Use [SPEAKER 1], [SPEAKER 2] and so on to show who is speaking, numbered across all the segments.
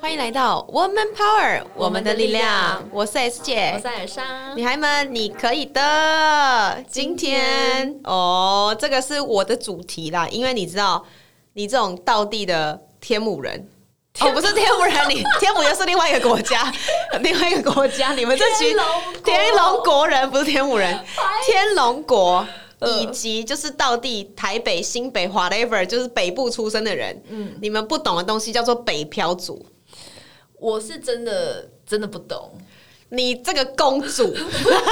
[SPEAKER 1] 欢迎来到 Woman Power，我们的力量。我是 S
[SPEAKER 2] 我
[SPEAKER 1] 姐，
[SPEAKER 2] 在尔莎，
[SPEAKER 1] 女孩们，你可以的。今
[SPEAKER 2] 今
[SPEAKER 1] 天
[SPEAKER 2] 天
[SPEAKER 1] 哦，这个是我的主题啦，因为你知道，你这种道地的天母人。哦，不是天母人，你天母又是另外一个国家， 另外一个国家，你们这群
[SPEAKER 2] 天龙国哎
[SPEAKER 1] 天龙国人不是天母人，天龙国。
[SPEAKER 2] 呃
[SPEAKER 1] 以及就是到地台北、新北、whatever，就是北部出生的人，嗯，你们不懂的东西叫做北漂族。
[SPEAKER 2] 我是真的真的不懂
[SPEAKER 1] 你这个公主，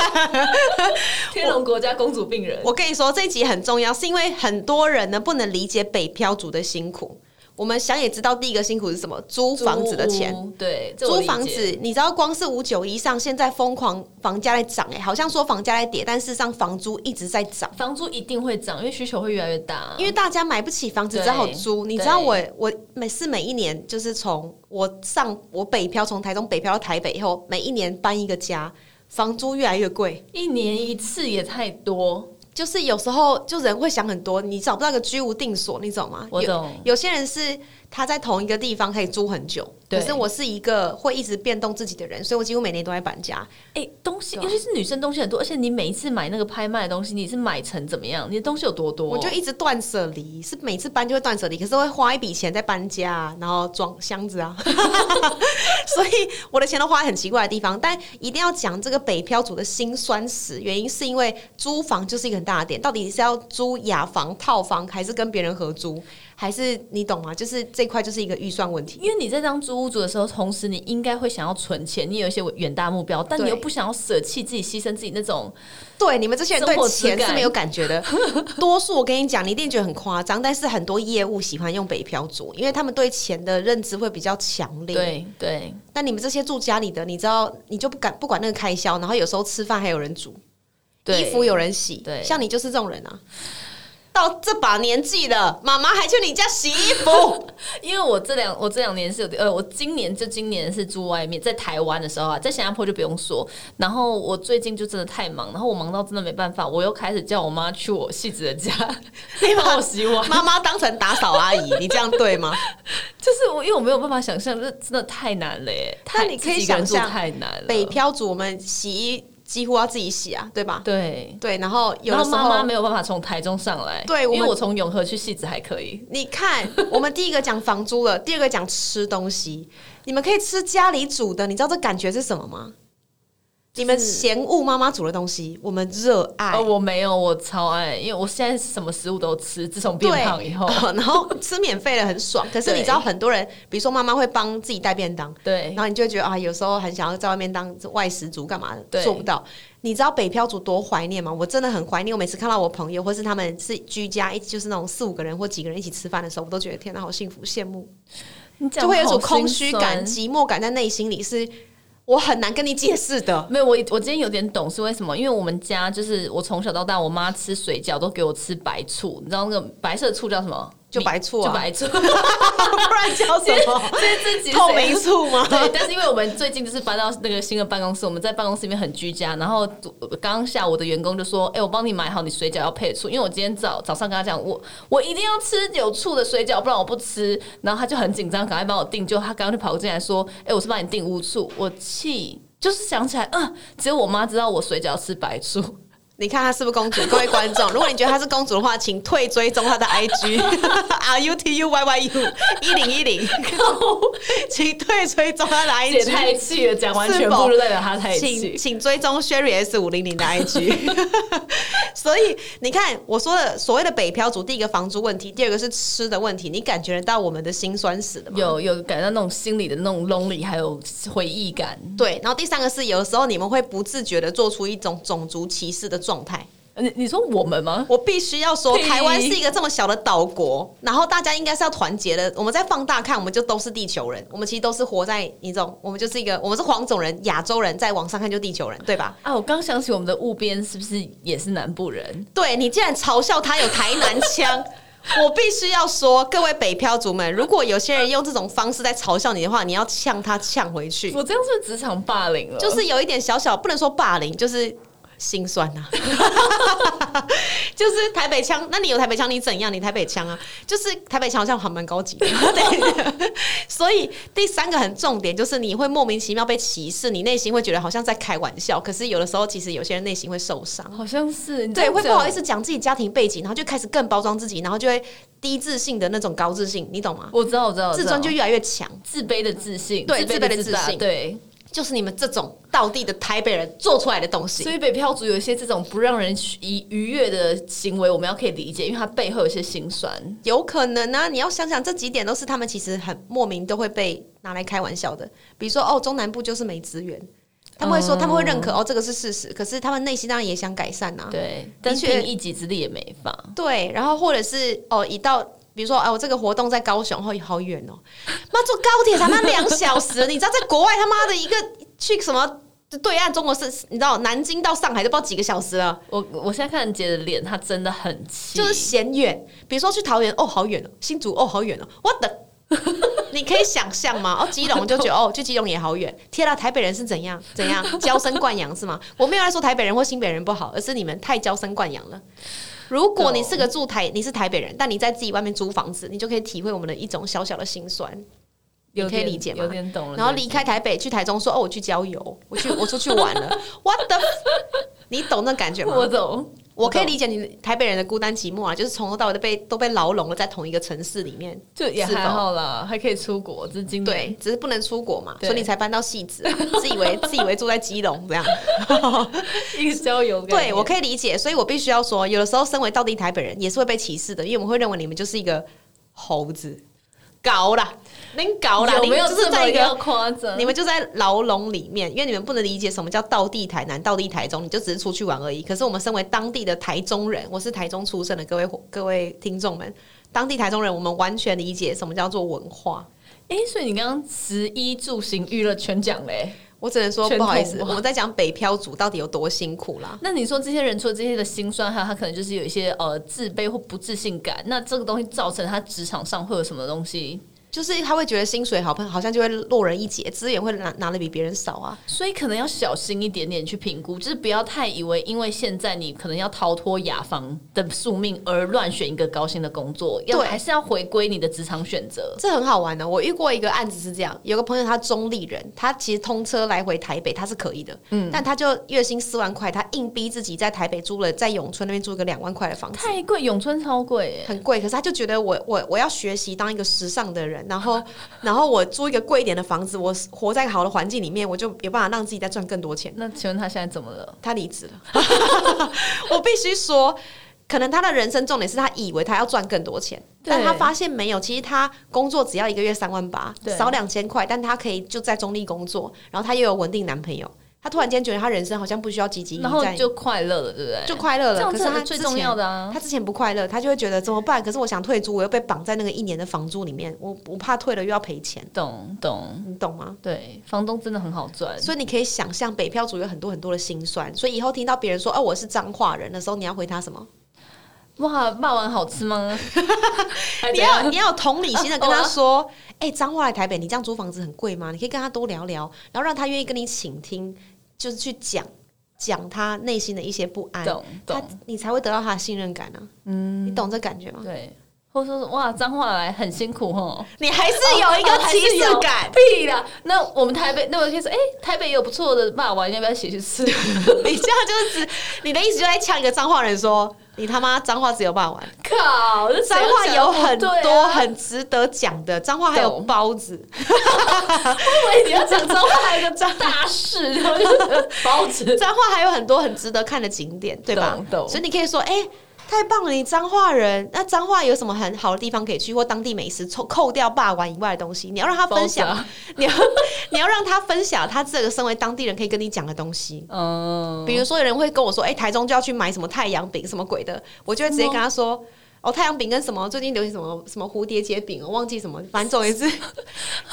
[SPEAKER 2] 天龙国家公主病人，
[SPEAKER 1] 我跟你说，这一集很重要，是因为很多人呢不能理解北漂族的辛苦。我们想也知道，第一个辛苦是什么？租房子的钱。
[SPEAKER 2] 租屋，哦对，这我
[SPEAKER 1] 租
[SPEAKER 2] 理解
[SPEAKER 1] 房子，你知道光是五九一上，现在疯狂房价在涨，哎，好像说房价在跌，但事实上房租一直在涨，
[SPEAKER 2] 房租一定会涨，因为需求会越来越大，
[SPEAKER 1] 因为大家买不起房子，
[SPEAKER 2] 对
[SPEAKER 1] 只好租。你知道
[SPEAKER 2] 嗯对
[SPEAKER 1] 我我每是每一年就是从我上我北漂，从台中北漂到台北以后，每一年搬一个家，房租越来越贵。
[SPEAKER 2] 一年一次也太多，
[SPEAKER 1] 就是有时候就人会想很多，你找不到一个居无定所，你懂吗？
[SPEAKER 2] 我
[SPEAKER 1] 有
[SPEAKER 2] 懂
[SPEAKER 1] 有些人是他在同一个地方可以租很久，可
[SPEAKER 2] 对
[SPEAKER 1] 是我是一个会一直变动自己的人，所以我几乎每年都在搬家。
[SPEAKER 2] 哎、东西，
[SPEAKER 1] 对啊
[SPEAKER 2] 尤其是女生东西很多，而且你每一次买那个拍卖的东西，你是买成怎么样？你的东西有多多？
[SPEAKER 1] 我就一直断舍离，是每次搬就会断舍离，可是会花一笔钱在搬家、啊，然后装箱子 啊， 所以我的钱都花在很奇怪的地方。但一定要讲这个北漂族的辛酸史，原因是因为租房就是一个很大的点，到底是要租雅房、套房，还是跟别人合租，还是你懂吗？就是这块就是一个预算问题。
[SPEAKER 2] 因为你在当租屋主的时候，同时你应该会想要存钱，你有一些远大目标，但
[SPEAKER 1] 对
[SPEAKER 2] 你又不想要舍弃自己、牺牲自己那种。
[SPEAKER 1] 对，你们这些人对
[SPEAKER 2] 生活质
[SPEAKER 1] 钱
[SPEAKER 2] 感
[SPEAKER 1] 是没有感觉的。多数我跟你讲，你一定觉得很夸张，但是很多业务喜欢用北漂族，因为他们对钱的认知会比较强烈。
[SPEAKER 2] 对对，
[SPEAKER 1] 但你们这些住家里的，你知道，你就不敢不管那个开销，然后有时候吃饭还有人煮，
[SPEAKER 2] 对
[SPEAKER 1] 衣服有人洗，
[SPEAKER 2] 对
[SPEAKER 1] 像你就是这种人啊。到这把年纪了，妈妈还去你家洗衣服，
[SPEAKER 2] 因为我这两我这两年是有呃，我今年就今年是住外面，在台湾的时候啊，在新加坡就不用说。然后我最近就真的太忙，然后我忙到真的没办法，我又开始叫我妈去我戏子 的家
[SPEAKER 1] 你
[SPEAKER 2] 帮
[SPEAKER 1] 把
[SPEAKER 2] 我洗碗。
[SPEAKER 1] 妈妈当成打扫阿姨，你这样对 吗？
[SPEAKER 2] 就是我，因为我没有办法想象，这真的太难了耶！太
[SPEAKER 1] 但你可以
[SPEAKER 2] 自己一个人住
[SPEAKER 1] 想象
[SPEAKER 2] 太难了。
[SPEAKER 1] 北漂族我们洗衣几乎要自己洗啊，对吧？
[SPEAKER 2] 对，
[SPEAKER 1] 对，然后有
[SPEAKER 2] 然
[SPEAKER 1] 的
[SPEAKER 2] 后
[SPEAKER 1] 时
[SPEAKER 2] 妈妈
[SPEAKER 1] 候
[SPEAKER 2] 没。有办法从台中上来，
[SPEAKER 1] 对我
[SPEAKER 2] 因为
[SPEAKER 1] 们
[SPEAKER 2] 我从永和去戏子还可以。
[SPEAKER 1] 你看，我们第一个讲房租了，第二个讲吃东西。你们可以吃家里煮的，你知道这感觉是什么吗？你们嫌恶妈妈煮的东西，我们热爱。
[SPEAKER 2] 呃，我没有，我超爱，因为我现在什么食物都吃，自从变
[SPEAKER 1] 对，啊
[SPEAKER 2] 胖以后，
[SPEAKER 1] 然后吃免费的很爽。可是你
[SPEAKER 2] 对
[SPEAKER 1] 知道，很多人，比如说妈妈会帮自己带便当，
[SPEAKER 2] 对
[SPEAKER 1] 然，后你就会觉得啊，有时候很想要在外面当外食族干嘛的，
[SPEAKER 2] 对
[SPEAKER 1] 做不到。你知道北漂族多怀念吗？我真的很怀念。我每次看到我朋友或是他们是居家，一就是那种四五个人或几个人一起吃饭的时候，我都觉得天哪，好幸福，羡慕。
[SPEAKER 2] 你讲
[SPEAKER 1] 就会有一
[SPEAKER 2] 好
[SPEAKER 1] 种空
[SPEAKER 2] 心
[SPEAKER 1] 虚
[SPEAKER 2] 酸
[SPEAKER 1] 感、寂寞感在内心里，是我很难跟你解释的。
[SPEAKER 2] 没有，我我今天有点懂是为什么，因为我们家就是我从小到大，我妈吃水饺都给我吃白醋，你知道那个白色的醋叫什么？
[SPEAKER 1] 就白醋啊
[SPEAKER 2] 就白 醋，
[SPEAKER 1] 不然叫什么？
[SPEAKER 2] 这这 几
[SPEAKER 1] 透明醋吗？
[SPEAKER 2] 对，但是因为我们最近就是搬到那个新的办公室，我们在办公室里面很居家。然后刚刚下午的员工就说：“哎、我帮你买好你水饺要配醋，因为我今天早早上跟他讲，我我一定要吃有醋的水饺，不然我不吃。”然后他就很紧张，赶快帮我订。就他刚刚就跑进来说：“哎、我是帮你订乌醋。”我气，就是想起来，嗯，只有我妈知道我水饺要吃白 醋。
[SPEAKER 1] 你看她是不是公主？各位观众，如果你觉得她是公主的话，请退追踪她的 IG R U T U Y Y U 一零一零，请退追踪她的
[SPEAKER 2] 姐太
[SPEAKER 1] IG。
[SPEAKER 2] 气了，讲完
[SPEAKER 1] 是
[SPEAKER 2] 全
[SPEAKER 1] 否
[SPEAKER 2] 部就代表她太
[SPEAKER 1] 请
[SPEAKER 2] 气。
[SPEAKER 1] 请追踪 Sherry S 五零零的 IG，所以你看我说的所谓的北漂族，第一个房租问题，第二个是吃的问题，你感觉得到我们的辛酸史了吗？
[SPEAKER 2] 有有感到那种心里的那种 lonely，还有回忆感。
[SPEAKER 1] 对，然后第三个是，有的时候你们会不自觉的做出一种种族歧视的状态。
[SPEAKER 2] 呃你你说我们吗？
[SPEAKER 1] 我必须要说，
[SPEAKER 2] 屁
[SPEAKER 1] 台湾是一个这么小的岛国，然后大家应该是要团结的。我们在放大看，我们就都是地球人，我们其实都是活在一种，我们就是一个，我们是黄种人、亚洲人，再往上看就地球人，对吧？
[SPEAKER 2] 啊，我刚想起我们的务边是不是也是南部人？
[SPEAKER 1] 对你竟然嘲笑他有台南腔。我必须要说，各位北漂族们，如果有些人用这种方式在嘲笑你的话，你要呛他呛回去，
[SPEAKER 2] 我这样是不是职场霸凌了？
[SPEAKER 1] 就是有一点小小不能说霸凌，就是心酸呐、 就是台北腔，那你有台北腔，你怎样？你台北腔啊，就是台北腔好像还蛮高级的。 对，所以第三个很重点就是你会莫名其妙被歧视，你内心会觉得好像在开玩笑，可是有的时候其实有些人内心会受伤。
[SPEAKER 2] 好像是
[SPEAKER 1] 对，会不好意思。讲自己家庭背景，然后就开始更包装自己，然后就会低自信的那种高自信，你懂吗？
[SPEAKER 2] 我知道，我知道，我知
[SPEAKER 1] 自
[SPEAKER 2] 道
[SPEAKER 1] 尊就越来越强，
[SPEAKER 2] 自卑的自信，
[SPEAKER 1] 对
[SPEAKER 2] 卑
[SPEAKER 1] 自卑的
[SPEAKER 2] 大
[SPEAKER 1] 自信
[SPEAKER 2] 对。
[SPEAKER 1] 就是你们这种道地的台北人做出来的东西
[SPEAKER 2] 所。以北漂族有一些这种不让人愉愉悦的行为，我们要可以理解，因为它背后有一些心酸。
[SPEAKER 1] 有可能啊，你要想想，这几点都是他们其实很莫名都会被拿来开玩笑的。比如说，哦，中南部就是没资源，他们会说、
[SPEAKER 2] 嗯
[SPEAKER 1] 他们会认可哦，这个是事实，可是他们内心当然也想改善呐、啊。
[SPEAKER 2] 对，但
[SPEAKER 1] 确
[SPEAKER 2] 凭一己之力也没法。
[SPEAKER 1] 对，然后或者是哦，一到比如说，哎，我这个活动在高雄，哦，好远哦，妈坐高铁他妈两小时，你知道在国外他妈的一个去什么对岸中国是，你知道南京到上海都不知道几个小时了，
[SPEAKER 2] 我我现在看姐的脸，她真的很气，
[SPEAKER 1] 就是嫌远。比如说去桃园，哦，好远哦，新竹，哦，好远哦，我的。 你可以想象吗？哦，基隆就觉得哦，去基隆也好远。天啊，台北人是怎样怎样娇生惯养是吗？我没有在说台北人或新北人不好，而是你们太娇生惯养了。如果你是个住台，你是台北人，但你在自己外面租房子，你就可以体会我们的一种小小的心酸。
[SPEAKER 2] 有
[SPEAKER 1] 你可以
[SPEAKER 2] 点
[SPEAKER 1] 理解吗
[SPEAKER 2] 有点懂了。
[SPEAKER 1] 然后离开台北去台中说，哦，我去郊游，我去我出去玩了。What the？f- 你懂那感觉吗？
[SPEAKER 2] 我懂，
[SPEAKER 1] 我可以
[SPEAKER 2] 懂
[SPEAKER 1] 理解你台北人的孤单寂寞啊，就是从头到尾都被都被牢笼了在同一个城市里面，
[SPEAKER 2] 就也
[SPEAKER 1] 是
[SPEAKER 2] 还
[SPEAKER 1] 吧。
[SPEAKER 2] 好啦，还可以出国，这是今年
[SPEAKER 1] 对，只是不能出国嘛，
[SPEAKER 2] 嗯对
[SPEAKER 1] 所以你才搬到戏子，自以为自以为住在基隆这样。
[SPEAKER 2] 一个郊游的概念。
[SPEAKER 1] 对，我可以理解，所以我必须要说，有的时候身为道地台北人也是会被歧视的，因为我们会认为你们就是一个猴子，搞啦，能搞啦，
[SPEAKER 2] 有没有
[SPEAKER 1] 你们就是
[SPEAKER 2] 这
[SPEAKER 1] 在
[SPEAKER 2] 么
[SPEAKER 1] 一个
[SPEAKER 2] 要夸张？
[SPEAKER 1] 你们就在牢笼里面，因为你们不能理解什么叫道地台南、道地台中，你就只是出去玩而已。可是我们身为当地的台中人，我是台中出生的，各位伙各位听众们，当地台中人，我们完全理解什么叫做文化。
[SPEAKER 2] 哎、所以你刚刚食衣住行娱乐全讲嘞、
[SPEAKER 1] 我只能说
[SPEAKER 2] 全
[SPEAKER 1] 不
[SPEAKER 2] 懂
[SPEAKER 1] 好意思，
[SPEAKER 2] 吧
[SPEAKER 1] 我们在讲北漂族到底有多辛苦啦。
[SPEAKER 2] 那你说这些人除了这些的心酸，还有他可能就是有一些呃自卑或不自信感，那这个东西造成他职场上会有什么东西？
[SPEAKER 1] 就是他会觉得薪水好，好像就会落人一截，资源会拿拿的比别人少啊。
[SPEAKER 2] 所以可能要小心一点点去评估，就是不要太以为因为现在你可能要逃脱雅房的宿命而乱选一个高薪的工作，要
[SPEAKER 1] 对
[SPEAKER 2] 还是要回归你的职场选择。
[SPEAKER 1] 这很好玩哦的。我遇过一个案子是这样，有个朋友他中立人，他其实通车来回台北他是可以的，嗯，但他就月薪四万块，他硬逼自己在台北租了，在永春那边租一个两万块的房子。
[SPEAKER 2] 太贵，永春超贵耶、
[SPEAKER 1] 很贵，可是他就觉得我我我要学习当一个时尚的人，然后然后我租一个贵一点的房子，我活在好的环境里面，我就有办法让自己再赚更多钱。
[SPEAKER 2] 那请问他现在怎么了？
[SPEAKER 1] 他离职了， 我必须说，可能他的人生重点是他以为他要赚更多钱，
[SPEAKER 2] 对
[SPEAKER 1] 但他发现没有，其实他工作只要一个月三万八，
[SPEAKER 2] 对
[SPEAKER 1] 少两千块，但他可以就在中立工作，然后他又有稳定男朋友，他突然间觉得他人生好像不需要积极，
[SPEAKER 2] 然后就快乐了，对不对？
[SPEAKER 1] 就快乐了。
[SPEAKER 2] 这样
[SPEAKER 1] 可
[SPEAKER 2] 子
[SPEAKER 1] 是他
[SPEAKER 2] 最
[SPEAKER 1] 之
[SPEAKER 2] 重
[SPEAKER 1] 前
[SPEAKER 2] 要的啊。
[SPEAKER 1] 他之前不快乐，他就会觉得怎么办？可是我想退租，我又被绑在那个一年的房租里面，我我怕退了又要赔钱，
[SPEAKER 2] 懂懂，
[SPEAKER 1] 你懂吗？
[SPEAKER 2] 对，房东真的很好赚。
[SPEAKER 1] 所以你可以想象北漂族有很多很多的辛酸，所以以后听到别人说哦我是彰化人的时候，你要回他什么？
[SPEAKER 2] 哇，霸王好吃 吗？还
[SPEAKER 1] 你
[SPEAKER 2] 怎
[SPEAKER 1] 要啊
[SPEAKER 2] 样
[SPEAKER 1] 你要有同理心的跟他说，哎、彰化来台北，你这样租房子很贵吗？你可以跟他多聊聊，然后让他愿意跟你倾听，就是去讲讲他内心的一些不安，
[SPEAKER 2] 懂
[SPEAKER 1] 他
[SPEAKER 2] 懂，
[SPEAKER 1] 你才会得到他的信任感啊。嗯，你懂这感觉吗？
[SPEAKER 2] 对，或者说哇，脏话来很辛苦 哦。
[SPEAKER 1] 你还是有一个
[SPEAKER 2] 哦还
[SPEAKER 1] 歧
[SPEAKER 2] 是有
[SPEAKER 1] 视感，
[SPEAKER 2] 屁啦！那我们台北，那我可以说，哎、台北有不错的霸王，要不要一起 去 吃？
[SPEAKER 1] 你这样就是指你的意思，就在呛一个彰化人说，你他妈彰化只有霸王。
[SPEAKER 2] 靠，这
[SPEAKER 1] 彰化有很
[SPEAKER 2] 对
[SPEAKER 1] 多
[SPEAKER 2] 啊
[SPEAKER 1] 很值得讲的，彰化还有
[SPEAKER 2] 懂
[SPEAKER 1] 包子，
[SPEAKER 2] 我以为你要讲脏话，还有一个大事，然后就是 包子。
[SPEAKER 1] 彰化还有很多很值得看的景点，对吧
[SPEAKER 2] 懂？懂
[SPEAKER 1] 所以你可以说，哎、太棒了，你彰化人，那彰化有什么很好的地方可以去，或当地美食，扣扣掉霸王以外的东西，你要让他分 享，
[SPEAKER 2] 包子啊
[SPEAKER 1] 你要 你要让他分享他这个身为当地人可以跟你讲的东西。
[SPEAKER 2] 嗯，
[SPEAKER 1] 比如说，有人会跟我说，哎、台中就要去买什么太阳饼什么鬼的，我就会直接跟他说。哦，太阳饼跟什么最近流行什么什么蝴蝶结饼，我忘记什么，反正总而言之，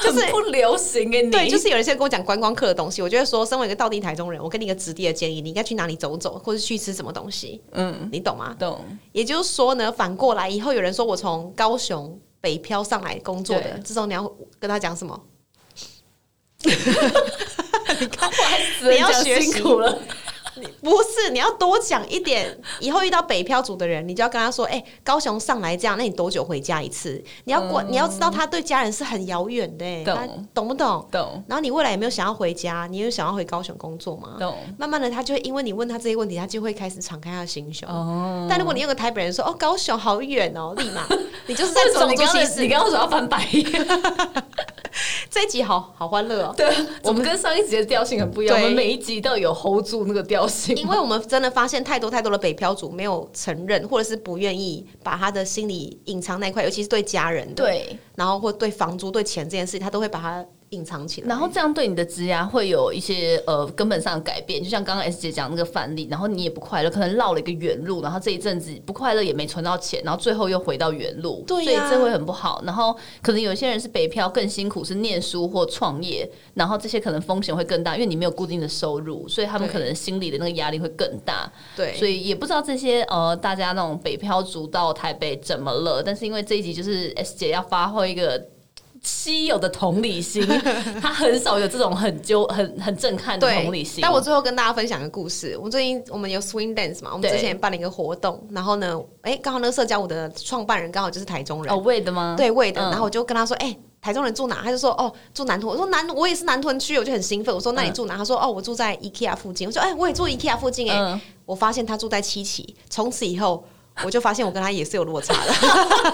[SPEAKER 1] 就是
[SPEAKER 2] 很不流行哎，你
[SPEAKER 1] 对，就是有人现在跟我讲观光客的东西，我就会说，身为一个道地台中人，我给你一个直地的建议，你应该去哪里走走，或是去吃什么东西，
[SPEAKER 2] 嗯，
[SPEAKER 1] 你懂吗？
[SPEAKER 2] 懂
[SPEAKER 1] 也就是说呢，反过来，以后有人说我从高雄北漂上来工作的
[SPEAKER 2] 对，
[SPEAKER 1] 这时候你要跟他讲什么？
[SPEAKER 2] 哇，死了
[SPEAKER 1] 你要
[SPEAKER 2] 讲
[SPEAKER 1] 学习
[SPEAKER 2] 辛苦了，
[SPEAKER 1] 不是，你要多讲一点。以后遇到北漂族的人，你就要跟他说：“哎、高雄上来这样，那你多久回家一次？”你要管，你要知道他对家人是很遥远的、欸，
[SPEAKER 2] 嗯懂
[SPEAKER 1] 他懂不懂？
[SPEAKER 2] 懂
[SPEAKER 1] 然后你未来有没有想要回家？你有想要回高雄工作吗？
[SPEAKER 2] 懂
[SPEAKER 1] 慢慢的，他就会因为你问他这些问题，他就会开始敞开他的心胸。
[SPEAKER 2] 哦。
[SPEAKER 1] 但如果你用个台北人说：“哦，高雄好远 哦”，立马你就是在
[SPEAKER 2] 这
[SPEAKER 1] 走
[SPEAKER 2] 种
[SPEAKER 1] 那
[SPEAKER 2] 你
[SPEAKER 1] 个
[SPEAKER 2] 刚
[SPEAKER 1] 歧
[SPEAKER 2] 刚
[SPEAKER 1] 视。
[SPEAKER 2] 你刚刚说要翻 白眼，
[SPEAKER 1] 这一集好好欢 乐哦。
[SPEAKER 2] 对，我们跟上一集的调性很不一样，我
[SPEAKER 1] 对
[SPEAKER 2] 们每一集都有 hold 住那个调性，
[SPEAKER 1] 因为我们真的发现太多太多的北漂族没有承认，或者是不愿意把他的心里隐藏那一块，尤其是 对家人的，
[SPEAKER 2] 对，
[SPEAKER 1] 然后或对房租、对钱这件事，他都会把它隐藏起来。
[SPEAKER 2] 然后这样对你的职涯会有一些呃根本上的改变，就像刚刚 S 姐讲那个范例，然后你也不快乐，可能绕了一个远路，然后这一阵子不快乐也没存到钱，然后最后又回到原路，
[SPEAKER 1] 对
[SPEAKER 2] 所以
[SPEAKER 1] 呀
[SPEAKER 2] 这会很不好。然后可能有些人是北漂更辛苦，是念书或创业，然后这些可能风险会更大，因为你没有固定的收入，所以他们
[SPEAKER 1] 对
[SPEAKER 2] 可能心里的那个压力会更大。
[SPEAKER 1] 对，
[SPEAKER 2] 所以也不知道这些呃，大家那种北漂族到台北怎么了？但是因为这一集就是 S 姐要发挥一个稀有的同 理心，她很少有这种很纠、很很震撼的
[SPEAKER 1] 对，
[SPEAKER 2] 同理心。
[SPEAKER 1] 但我最后跟大家分享个故事。我最近我们有 swing dance 嘛，我们
[SPEAKER 2] 对
[SPEAKER 1] 之前办了一个活动，然后呢，哎，刚好那个社交舞的创办人刚好就是台中人，
[SPEAKER 2] 哦为的吗？
[SPEAKER 1] 对，魏的。
[SPEAKER 2] 嗯
[SPEAKER 1] 然后我就跟他说，哎、台中人住哪？他就说哦，住南屯。我说南，我也是南屯区，我就很兴奋。我说那你
[SPEAKER 2] 嗯
[SPEAKER 1] 住哪？他说哦，我住在 IKEA 附近。我说哎、我也住 IKEA 附近哎、
[SPEAKER 2] 嗯
[SPEAKER 1] 我发现他住在七期，从此以后。我就发现我跟他也是有落差的，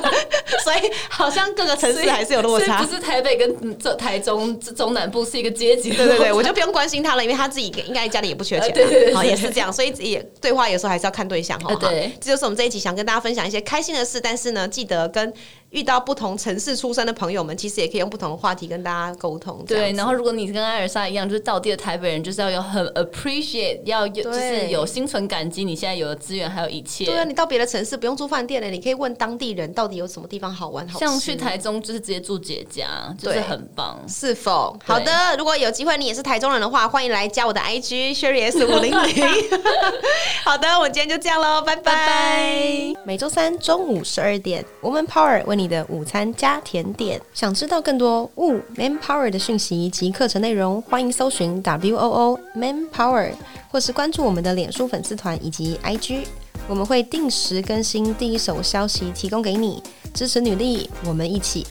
[SPEAKER 1] 所以好像各个城市还是有落
[SPEAKER 2] 所以
[SPEAKER 1] 差
[SPEAKER 2] 不。是台北跟这台中这中南部是一个 阶级的
[SPEAKER 1] 对对对，
[SPEAKER 2] 落
[SPEAKER 1] 我
[SPEAKER 2] 差
[SPEAKER 1] 就不用关心他了，因为他自己应该家里也不缺钱啊。
[SPEAKER 2] 呃对对对
[SPEAKER 1] 好
[SPEAKER 2] 对
[SPEAKER 1] 也是这样，所以也对话有时候还是要看对象哈。哦
[SPEAKER 2] 呃对
[SPEAKER 1] 好这就是我们这一期想跟大家分享一些开心的事，但是呢，记得跟遇到不同城市出身的朋友们，其实也可以用不同的话题跟大家沟通。这样
[SPEAKER 2] 对，
[SPEAKER 1] 子
[SPEAKER 2] 然后如果你跟艾尔莎一样，就是到地的台北人，就是要有很 appreciate，要有就是
[SPEAKER 1] 对
[SPEAKER 2] 有心存感激，你现在有的资源还有一切。
[SPEAKER 1] 对啊，你到别的城市不用住饭店了，你可以问当地人到底有什么地方好玩好吃。
[SPEAKER 2] 像去台中就是直接住姐家，就是
[SPEAKER 1] 对
[SPEAKER 2] 很棒。
[SPEAKER 1] 是否
[SPEAKER 2] 对
[SPEAKER 1] 好的？如果有机会你也是台中人的话，欢迎来加我的 IG Sherry S 五零 零。好的，我今天就这样喽，拜
[SPEAKER 2] 拜拜
[SPEAKER 1] 每周三中午十二点，Woman Power 为你的午餐加甜点。想知道更多 Wo Man Power 的讯息及课程内容，欢迎搜寻 W O O Man Power，或是关注我们的脸书粉丝团以及 IG。我们会定时更新第一手消息，提供给你支持女力，我们一起